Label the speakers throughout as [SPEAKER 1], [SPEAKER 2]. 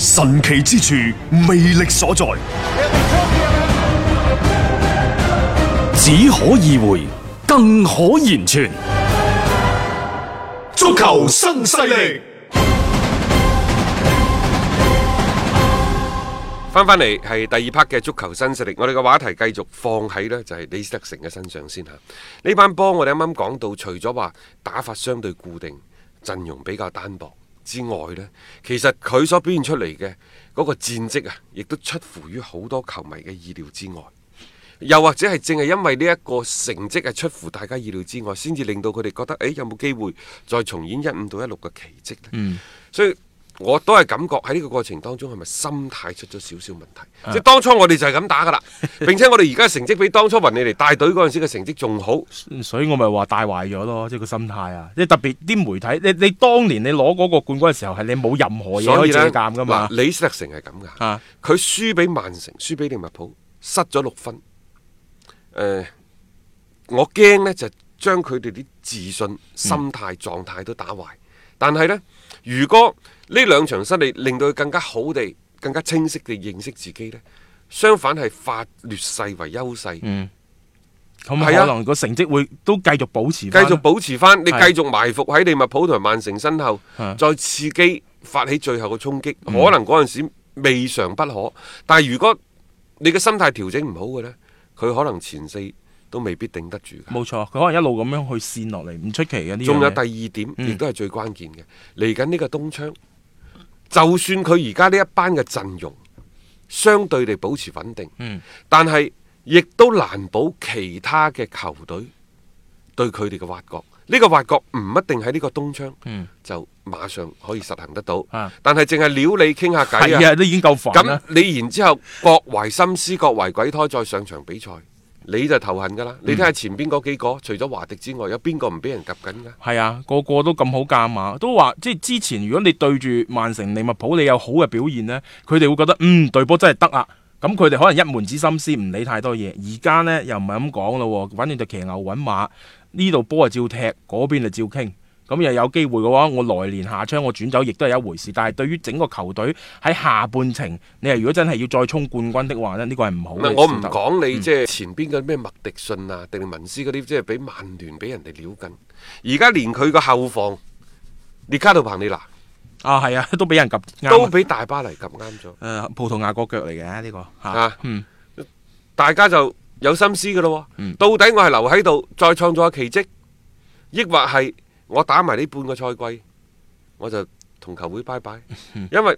[SPEAKER 1] 神奇之處，魅力所在，
[SPEAKER 2] 只可意會，更可言傳。
[SPEAKER 3] 足球新勢力，
[SPEAKER 4] 翻翻嚟係第二 part 嘅足球新勢力，我哋嘅話題繼續放喺呢就係李斯特城嘅身上先嚇。呢班波我哋啱啱講到，除咗話打法相對固定、陣容比較單薄之外呢，其實佢所表現出嚟嘅嗰個戰績啊，亦都出乎於好多球迷嘅意料之外。又或者係正係因為呢一個成績係出乎大家意料之外，先至令到佢哋覺得，誒、有冇機會再重演一五到一六嘅奇蹟呢？所以我都係感覺喺呢個過程當中係咪心態出咗少少問題？即係當初我哋就係咁打噶啦，並且我哋而家成績比當初雲你嚟帶隊嗰陣時嘅成績仲好。
[SPEAKER 5] 所以我咪話帶壞咗咯，即係個心態啊！即係特別啲媒體，你你當年你攞嗰個冠軍嘅時候，係你冇任何嘢
[SPEAKER 4] 所
[SPEAKER 5] 可
[SPEAKER 4] 以
[SPEAKER 5] 以借
[SPEAKER 4] 呢，
[SPEAKER 5] 鑑噶嘛
[SPEAKER 4] 嗱，。李斯特城係咁噶
[SPEAKER 5] 啊，
[SPEAKER 4] 佢輸俾曼城，輸俾利物浦，失咗六分。誒、呃我驚呢就將佢哋啲自
[SPEAKER 5] 嗯
[SPEAKER 4] 信、心態、狀態都打壞。但係呢，如果呢兩場失利令到佢更加好地、更加清晰地認識自己呢，相反係化劣勢為優勢。
[SPEAKER 5] 咁
[SPEAKER 4] 係啊
[SPEAKER 5] 可能個成績會都繼續保持
[SPEAKER 4] 繼
[SPEAKER 5] 返
[SPEAKER 4] 續保持翻，你繼
[SPEAKER 5] 係
[SPEAKER 4] 續埋伏喺利物浦同埋曼城身後，
[SPEAKER 5] 係
[SPEAKER 4] 再刺激發起最後嘅衝擊，
[SPEAKER 5] 嗯
[SPEAKER 4] 可能嗰陣時未嘗不可。但係如果你嘅心態調整唔好嘅呢，佢可能前四都未必頂得住㗎。
[SPEAKER 5] 冇錯，佢可能一路咁樣去線落嚟，唔出奇嘅呢樣嘢
[SPEAKER 4] 仲有第二點，
[SPEAKER 5] 嗯
[SPEAKER 4] 亦都係最關鍵嘅。嚟緊呢個冬窗，就算佢而家呢一班嘅陣容相對地保持穩定，
[SPEAKER 5] 嗯
[SPEAKER 4] 但係亦都難保其他嘅球隊對佢哋嘅挖角。呢、個挖角唔一定喺呢個冬窗、
[SPEAKER 5] 嗯
[SPEAKER 4] 就馬上可以實行得到，
[SPEAKER 5] 啊
[SPEAKER 4] 但係淨係撩你傾下偈
[SPEAKER 5] 係啊，都已經夠煩
[SPEAKER 4] 咁
[SPEAKER 5] 啦。
[SPEAKER 4] 你然之後各懷心思、各懷鬼胎，再上場比賽，你就頭痕㗎啦。你睇下前邊嗰幾個，除咗華迪之外，有邊個唔俾人夾緊㗎？
[SPEAKER 5] 係啊，個個都咁好價碼，都話即係之前如果你對住曼城、利物浦，你有好嘅表現呢，佢哋會覺得嗯對波真係得啊。咁佢哋可能一門子心思，唔理太多嘢。而家呢，又唔係咁講咯喎，反正就騎牛揾馬，呢度波就照踢，嗰邊就照傾。咁又有機會嘅話，我來年下窗我轉走亦都係一回事。但係對於整個球隊喺下半程，你係如果真係要再衝冠軍的話呢，呢、個係唔好
[SPEAKER 4] 嗱，
[SPEAKER 5] 嘅。嗯
[SPEAKER 4] 我唔講你即係前邊嗰啲咩麥迪遜啊、迪利文斯嗰啲，即係俾曼聯俾人哋撩緊。而家連佢個後防列卡度彭利拿
[SPEAKER 5] 啊，係啊，都 俾人及啱啊。
[SPEAKER 4] 都俾大巴黎及啱咗，
[SPEAKER 5] 誒、葡萄牙國腳嚟嘅呢個嚇，
[SPEAKER 4] 啊
[SPEAKER 5] 嗯，
[SPEAKER 4] 大家就有心思噶咯喎。到底我係留喺度再創造下奇蹟，抑或係我打埋呢半個賽季，我就同球會拜拜，
[SPEAKER 5] 嗯
[SPEAKER 4] 因為。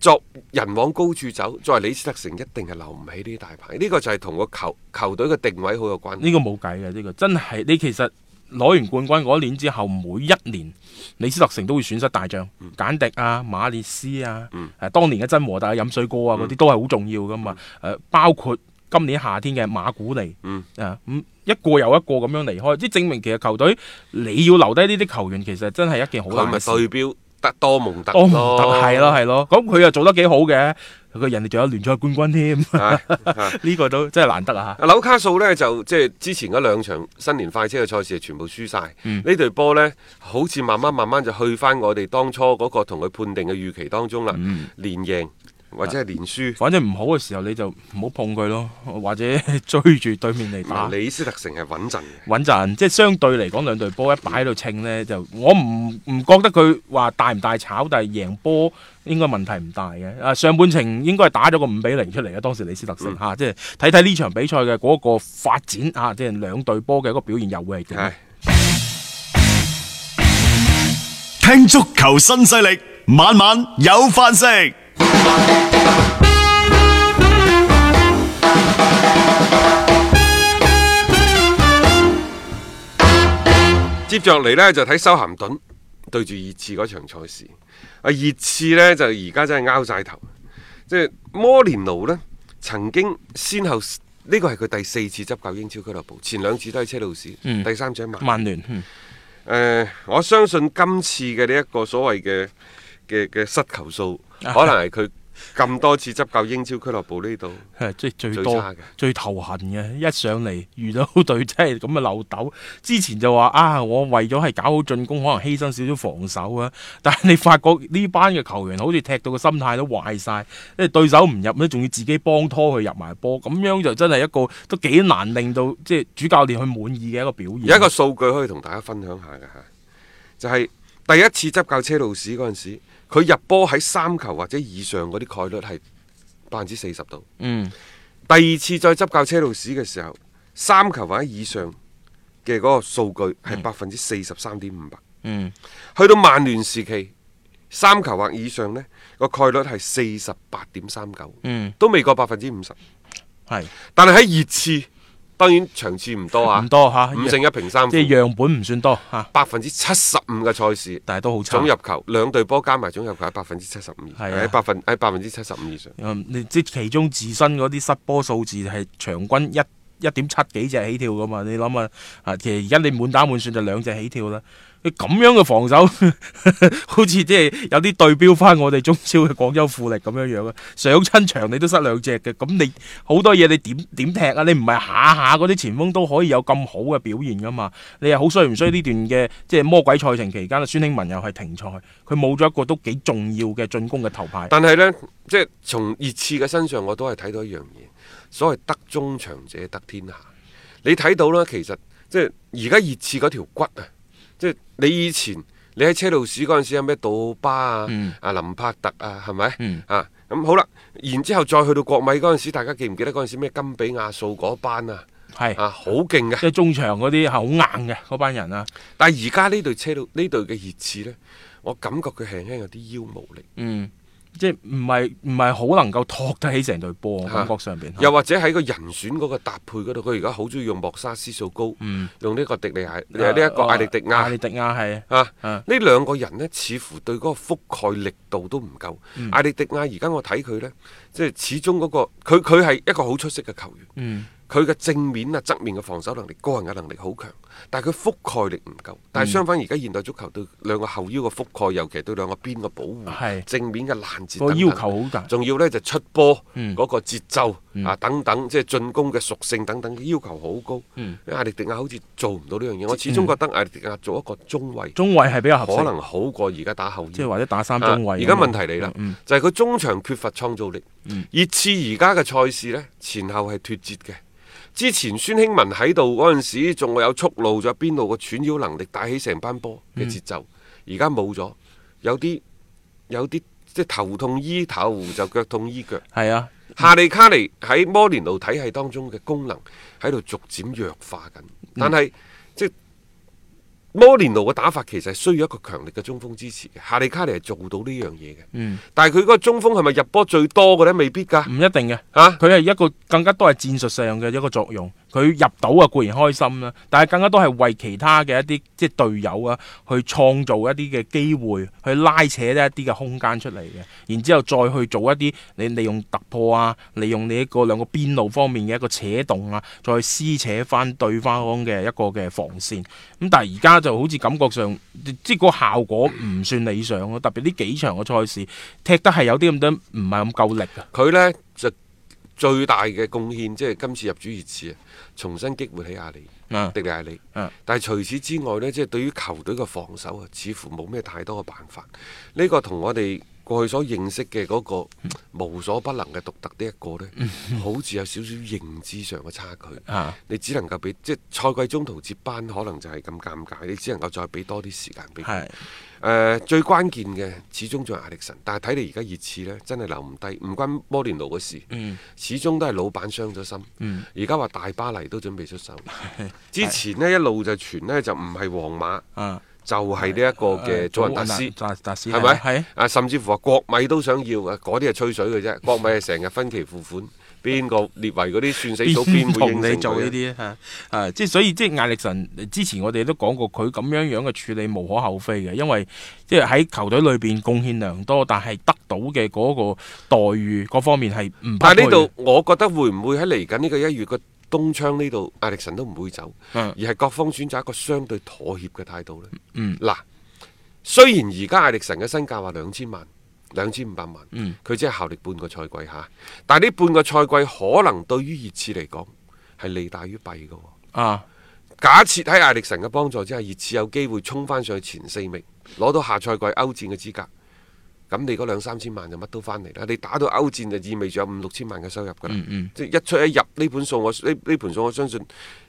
[SPEAKER 4] 作人往高處走，作為李斯特城一定係留唔起呢啲大牌，呢、個就係同個球球隊嘅定位好有關係。
[SPEAKER 5] 呢、個冇計嘅，呢、個真係你其實攞完冠軍嗰一年之後，每一年李斯特城都會損失大將，簡迪啊、馬列斯啊，誒、
[SPEAKER 4] 嗯
[SPEAKER 5] 當年嘅真和大飲水哥啊嗰啲都係好重要噶嘛，誒、包括今年夏天嘅馬古尼，
[SPEAKER 4] 嗯
[SPEAKER 5] 啊咁、一個又一個咁樣離開，即係證明其實球隊你要留低呢啲球員，其實真係一件好
[SPEAKER 4] 佢
[SPEAKER 5] 難
[SPEAKER 4] 咪
[SPEAKER 5] 嘅事。
[SPEAKER 4] 對標得多蒙特
[SPEAKER 5] 多蒙
[SPEAKER 4] 咯
[SPEAKER 5] 特係咯係咯，咁佢又做得幾好嘅，佢人哋仲有聯賽冠軍 添，呢、
[SPEAKER 4] 啊啊
[SPEAKER 5] 個都真係難得啊！
[SPEAKER 4] 紐卡素呢，就即係之前嗰兩場新年快車嘅賽事係全部輸晒，
[SPEAKER 5] 嗯
[SPEAKER 4] 呢隊波呢，好似慢慢慢慢就去翻我哋當初嗰個同佢判定嘅預期當中啦，
[SPEAKER 5] 嗯
[SPEAKER 4] 連贏或者係連輸。
[SPEAKER 5] 反正唔好嘅時候你就唔好碰佢咯， 或者追住對面嚟打
[SPEAKER 4] 嗱，。李斯特城係穩陣嘅，
[SPEAKER 5] 穩陣，即係相對嚟講，兩隊波一擺喺度稱呢，就我唔唔覺得佢話大唔大炒，但係贏波應該問題唔大嘅。啊，上半程應該係打咗個五比零出嚟嘅，當時李斯特城嚇、即係睇睇呢場比賽嘅嗰個發展嚇、即係兩隊波嘅一個表現又會係點？
[SPEAKER 4] 係
[SPEAKER 1] 聽足球新勢力，晚晚有飯食。
[SPEAKER 4] 接着嚟呢，就睇修咸頓對住熱刺嗰場賽事。啊熱刺呢，就而家真係拗晒頭，即係摩連奴呢，曾經先後呢個係佢第四次執教英超俱樂部，前兩次都喺車路士，
[SPEAKER 5] 嗯
[SPEAKER 4] 第三次喺曼
[SPEAKER 5] 曼聯，嗯
[SPEAKER 4] 誒、我相信今次嘅呢一個所謂嘅嘅嘅失球數，可能係佢咁多次執教英超俱樂部呢度。
[SPEAKER 5] 係即係最
[SPEAKER 4] 最
[SPEAKER 5] 多
[SPEAKER 4] 差嘅、
[SPEAKER 5] 最頭痕嘅，一上嚟遇到隊真係咁嘅漏斗。之前就話啊，我為咗係搞好進攻，可能犧牲少少防守啊。但係你發覺呢班嘅球員好似踢到個心態都壞晒，即係對手唔入咧，仲要自己幫拖佢入埋波，咁樣就真係一個都幾難令到即係主教練去滿意嘅一個表現。
[SPEAKER 4] 有一個數據可以同大家分享下嘅嚇，就係、第一次執教車路士嗰陣時，佢入波喺三球或者以上嗰啲概率係百分之四十度。
[SPEAKER 5] 嗯
[SPEAKER 4] 第二次再執教車路士嘅時候，三球或者以上嘅嗰個數據係百分之四十三點五八。
[SPEAKER 5] 嗯
[SPEAKER 4] 去到曼聯時期，三球或以上呢個概率係四十八點三九，
[SPEAKER 5] 嗯，
[SPEAKER 4] 都未過百分之五十。
[SPEAKER 5] 係
[SPEAKER 4] 但係喺熱刺，當然場次唔多啊，
[SPEAKER 5] 唔多嚇，
[SPEAKER 4] 五勝一平三
[SPEAKER 5] 即係
[SPEAKER 4] 負，
[SPEAKER 5] 樣本唔算多嚇，
[SPEAKER 4] 百分之七十五嘅賽事。
[SPEAKER 5] 但係都好差
[SPEAKER 4] 總。入球兩隊波加埋總入球係百分之七十五，
[SPEAKER 5] 係啊
[SPEAKER 4] 喺百分喺百分之七十五以上。
[SPEAKER 5] 嗯你即係其中自身嗰啲失波數字係場均一一點七幾隻起跳噶嘛？你諗下啊，其實而家你滿打滿算就兩隻起跳啦。你咁樣嘅防守， 好似即係有啲對標翻我哋中超嘅廣州富力咁樣樣啊！上親場你都失兩隻嘅，咁你好多嘢你點點踢啊？你唔係下下嗰啲前鋒都可以有咁好嘅表現噶嘛？你係好衰唔衰呢段嘅即係魔鬼賽程期間啊？孫興文又係停賽，佢冇咗一個都幾重要嘅進攻嘅頭牌。
[SPEAKER 4] 但係呢，即係從熱刺嘅身上，我都係睇到一樣嘢，所謂得中場者得天下。你睇到啦，其實即係而家熱刺嗰條骨啊，即係你以前你喺車路士嗰陣時有咩杜巴啊、啊林柏特啊，係咪？
[SPEAKER 5] 嗯
[SPEAKER 4] 啊咁好啦，然之後再去到國米嗰陣時，大家記唔記得嗰陣時咩金比亞素嗰班啊？
[SPEAKER 5] 係
[SPEAKER 4] 啊，好勁嘅
[SPEAKER 5] 即。係中場嗰啲係好硬嘅嗰班人啊，
[SPEAKER 4] 但係而家呢隊車路呢隊嘅熱刺呢，我感覺佢輕輕有啲腰無力。
[SPEAKER 5] 嗯，即係唔係唔係好能夠托得起成隊波，我感覺上邊
[SPEAKER 4] 又或者喺個人選嗰個搭配嗰度，佢而家好中意用莫沙斯素高，用呢個迪利亞，誒呢一個艾力迪
[SPEAKER 5] 啊艾
[SPEAKER 4] 亞
[SPEAKER 5] 力迪亞係
[SPEAKER 4] 啊，
[SPEAKER 5] 啊
[SPEAKER 4] 呢兩個人呢，似乎對嗰個覆蓋力度都唔夠。
[SPEAKER 5] 嗯
[SPEAKER 4] 艾力迪亞而家我睇佢呢，即係始終嗰個佢佢係一個好出色嘅球員。
[SPEAKER 5] 嗯
[SPEAKER 4] 佢嘅正面啊、側面嘅防守能力、個人嘅能力好強，但係佢覆蓋力唔夠。
[SPEAKER 5] 嗯
[SPEAKER 4] 但係相反，而家現代足球對兩個後腰嘅覆蓋，尤其對兩個邊嘅保護
[SPEAKER 5] 係，
[SPEAKER 4] 正面嘅攔截
[SPEAKER 5] 個
[SPEAKER 4] 等等
[SPEAKER 5] 要求好大。
[SPEAKER 4] 仲要呢就出波
[SPEAKER 5] 嗯
[SPEAKER 4] 嗰個節奏、啊等等，即係進攻嘅屬性等等，要求好高。
[SPEAKER 5] 嗯
[SPEAKER 4] 艾力迪亞好似做唔到呢樣嘢，我始終覺得艾力迪亞做一個中衞，
[SPEAKER 5] 中衞係比較合
[SPEAKER 4] 可
[SPEAKER 5] 適，
[SPEAKER 4] 能好過而家打後腰。
[SPEAKER 5] 即係或者打三中衞咁樣。
[SPEAKER 4] 啊而家問題嚟啦，
[SPEAKER 5] 嗯
[SPEAKER 4] 就係佢中場缺乏創造力。熱刺而家嘅賽事呢，前後係脱節嘅。之前孫興文喺度嗰陣時，仲有速路，仲有邊路嘅串繞能力，帶起成班波嘅節奏。
[SPEAKER 5] 嗯
[SPEAKER 4] 而家冇咗，有啲有啲即係頭痛醫頭，就腳痛醫腳。
[SPEAKER 5] 係啊，
[SPEAKER 4] 夏利卡尼喺摩連奴體系當中嘅功能喺度逐漸弱化緊，但係、即係摩連奴嘅打法其實係需要一個強力嘅中鋒支持嘅，夏利卡尼係做到呢樣嘢嘅。
[SPEAKER 5] 嗯
[SPEAKER 4] 但係佢嗰個中鋒係咪入波最多嘅呢？未必㗎
[SPEAKER 5] 唔一定嘅。
[SPEAKER 4] 嚇。
[SPEAKER 5] 佢係一個更加多係戰術上嘅一個作用，佢入到啊固然開心啦，但係更加多係為其他嘅一啲即係隊友啊，去創造一啲嘅機會，去拉扯一啲嘅空間出嚟嘅，然之後再去做一啲你利用突破啊，利用你一個兩個邊路方面嘅一個扯動啊，再撕扯翻對方嘅一個嘅防線。咁但係而家就好似感覺上，即係個效果唔算理想咯，特別呢幾場嘅賽事踢得係有啲咁多唔係咁夠力啊。
[SPEAKER 4] 佢呢就最大嘅貢獻，即係今次入主熱刺啊，重新激活起阿里、
[SPEAKER 5] 啊
[SPEAKER 4] 迪利亞里。
[SPEAKER 5] 啊
[SPEAKER 4] 但係除此之外呢，即係對於球隊嘅防守啊，似乎冇咩太多嘅辦法。呢、個同我哋過去所認識嘅嗰個
[SPEAKER 5] 嗯
[SPEAKER 4] 無所不能嘅獨特呢一個呢，好似有少少認知上嘅差距。
[SPEAKER 5] 啊
[SPEAKER 4] 你只能夠俾即係賽季中途接班，可能就係咁尷尬。你只能夠再俾多啲時間俾佢。
[SPEAKER 5] 係
[SPEAKER 4] 誒、呃最關鍵嘅始終仲係艾力神，但係睇你而家熱刺呢，真係留唔低，唔關摩連奴嘅事，
[SPEAKER 5] 嗯
[SPEAKER 4] 始終都係老闆傷咗心。而家話大巴黎都準備出 手，之前呢，一路就傳呢，就唔係皇馬，
[SPEAKER 5] 啊，
[SPEAKER 4] 就係呢一個嘅祖雲達斯。
[SPEAKER 5] 達達斯
[SPEAKER 4] 係咪？
[SPEAKER 5] 係
[SPEAKER 4] 啊，甚至乎話國米都想要啊，嗰啲係吹水嘅啫。國米係成日分期付款，邊個列為嗰啲算死草，
[SPEAKER 5] 邊
[SPEAKER 4] 邊會
[SPEAKER 5] 同
[SPEAKER 4] 應
[SPEAKER 5] 你
[SPEAKER 4] 承
[SPEAKER 5] 做呢
[SPEAKER 4] 佢啊呢？
[SPEAKER 5] 啲啊？啊，即係所以即係艾力神之前我哋都講過，佢咁樣樣嘅處理無可厚非嘅，因為即係喺球隊裏邊貢獻良多，但係得到嘅嗰個待遇各方面係唔匹
[SPEAKER 4] 但係
[SPEAKER 5] 配
[SPEAKER 4] 呢度，我覺得會唔會喺嚟緊呢個一月個東窗呢度，艾力神都唔會走，
[SPEAKER 5] 嗯
[SPEAKER 4] 而係各方選擇一個相對妥協嘅態度呢。
[SPEAKER 5] 嗯
[SPEAKER 4] 嗱，雖然而家艾力神嘅身價話兩千萬。兩千五百萬，佢、
[SPEAKER 5] 嗯
[SPEAKER 4] 只係效力半個賽季嚇，但係呢半個賽季可能對於熱刺嚟講係利大於弊嘅喎。
[SPEAKER 5] 啊，
[SPEAKER 4] 假設喺艾力神嘅幫助之下，熱刺有機會衝翻上去前四名，攞到下賽季歐戰嘅資格，咁你嗰兩三千萬就乜都翻嚟啦。你打到歐戰就意味住有五六千萬嘅收入㗎啦。
[SPEAKER 5] 嗯
[SPEAKER 4] 即係一出一入呢盤數我，呢呢盤數我相信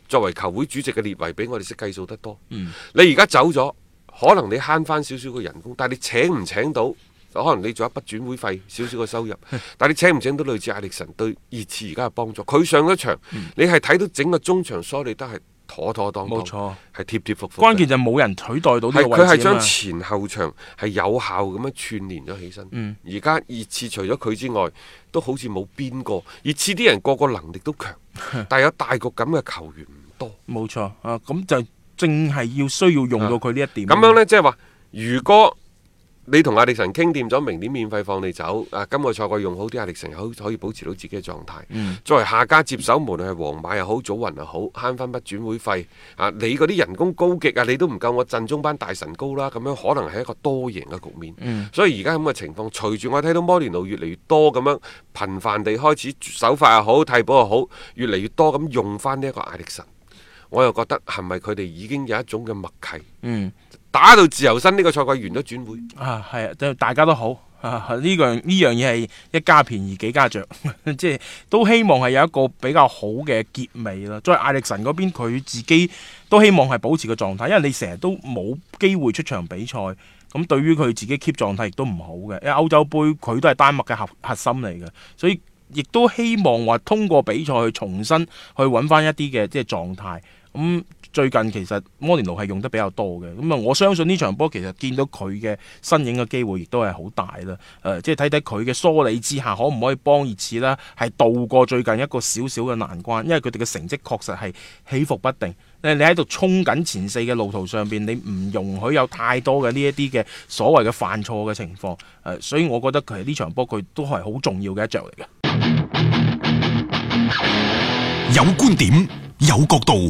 [SPEAKER 4] 作為球會主席嘅列維比我哋識計數得多。
[SPEAKER 5] 嗯
[SPEAKER 4] 你而家走咗，可能你慳翻少少嘅人工，但係你請唔請到？可能你仲有一筆轉會費少少嘅收入， 但係你請唔請到類似艾力神對熱刺而家嘅幫助？佢上咗場，你係睇到整個中場梳理得係妥妥當當，
[SPEAKER 5] 嗯冇錯
[SPEAKER 4] 係貼貼服服嘅。
[SPEAKER 5] 關鍵就冇人取代到呢
[SPEAKER 4] 係
[SPEAKER 5] 個
[SPEAKER 4] 佢係
[SPEAKER 5] 位置啊
[SPEAKER 4] 將
[SPEAKER 5] 嘛。
[SPEAKER 4] 前後場係有效咁樣串連咗起
[SPEAKER 5] 嗯
[SPEAKER 4] 身。而家熱刺除咗佢之外，都好似冇邊個。熱刺啲人個個能力都 強，但係有大局感嘅球員唔多。
[SPEAKER 5] 冇錯啊，咁就正係要需要用到佢呢一點。
[SPEAKER 4] 啊咁樣呢，即係話，如果你同艾力神傾掂咗，明年免費放你走，啊，今個賽季用好啲艾力神，可可以保持到自己嘅狀態。作為下家接手，無論係皇馬又好，祖雲又好，慳翻筆轉會費，啊，你嗰啲人工高極啊，你都唔夠我陣中班大神高啦，咁樣可能係一個多贏嘅局面。所以而家咁嘅情況，隨住我睇到摩連奴越嚟越多咁樣頻繁地開始首發又好，替補又好，越嚟越多咁用翻呢一個艾力神，我又覺得係咪佢哋已經有一種嘅默契？
[SPEAKER 5] 嗯
[SPEAKER 4] 打到自由身呢個賽季完咗轉會，
[SPEAKER 5] 啊，係啊，就大家都好。啊！呢樣呢樣嘢係一家便宜幾家着， 即係都希望係有一個比較好嘅結尾啦。作為艾力神嗰邊，佢自己都希望係保持個狀態，因為你成日都冇機會出場比賽，咁對於佢自己 keep 狀態亦都唔好嘅。因為歐洲杯佢都係丹麥嘅核核心嚟嘅，所以亦都希望話通過比賽去重新去揾翻一啲嘅即係狀態。咁、最近其實摩連奴係用得比較多嘅，咁啊我相信呢場波其實見到佢嘅身影嘅機會亦都係好大啦。誒、即係睇睇佢嘅梳理之下，可唔可以幫熱刺啦，係渡過最近一個小小嘅難關，因為佢哋嘅成績確實係起伏不定。誒你喺度衝緊前四嘅路途上邊，你唔容許有太多嘅呢一啲嘅所謂嘅犯錯嘅情況。誒、所以我覺得佢呢場波佢都係好重要嘅一着嚟嘅。
[SPEAKER 3] 有觀點，有角度，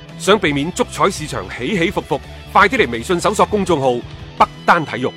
[SPEAKER 4] 想避免足彩市場起起伏伏，快啲嚟微信搜索公眾號北單體育，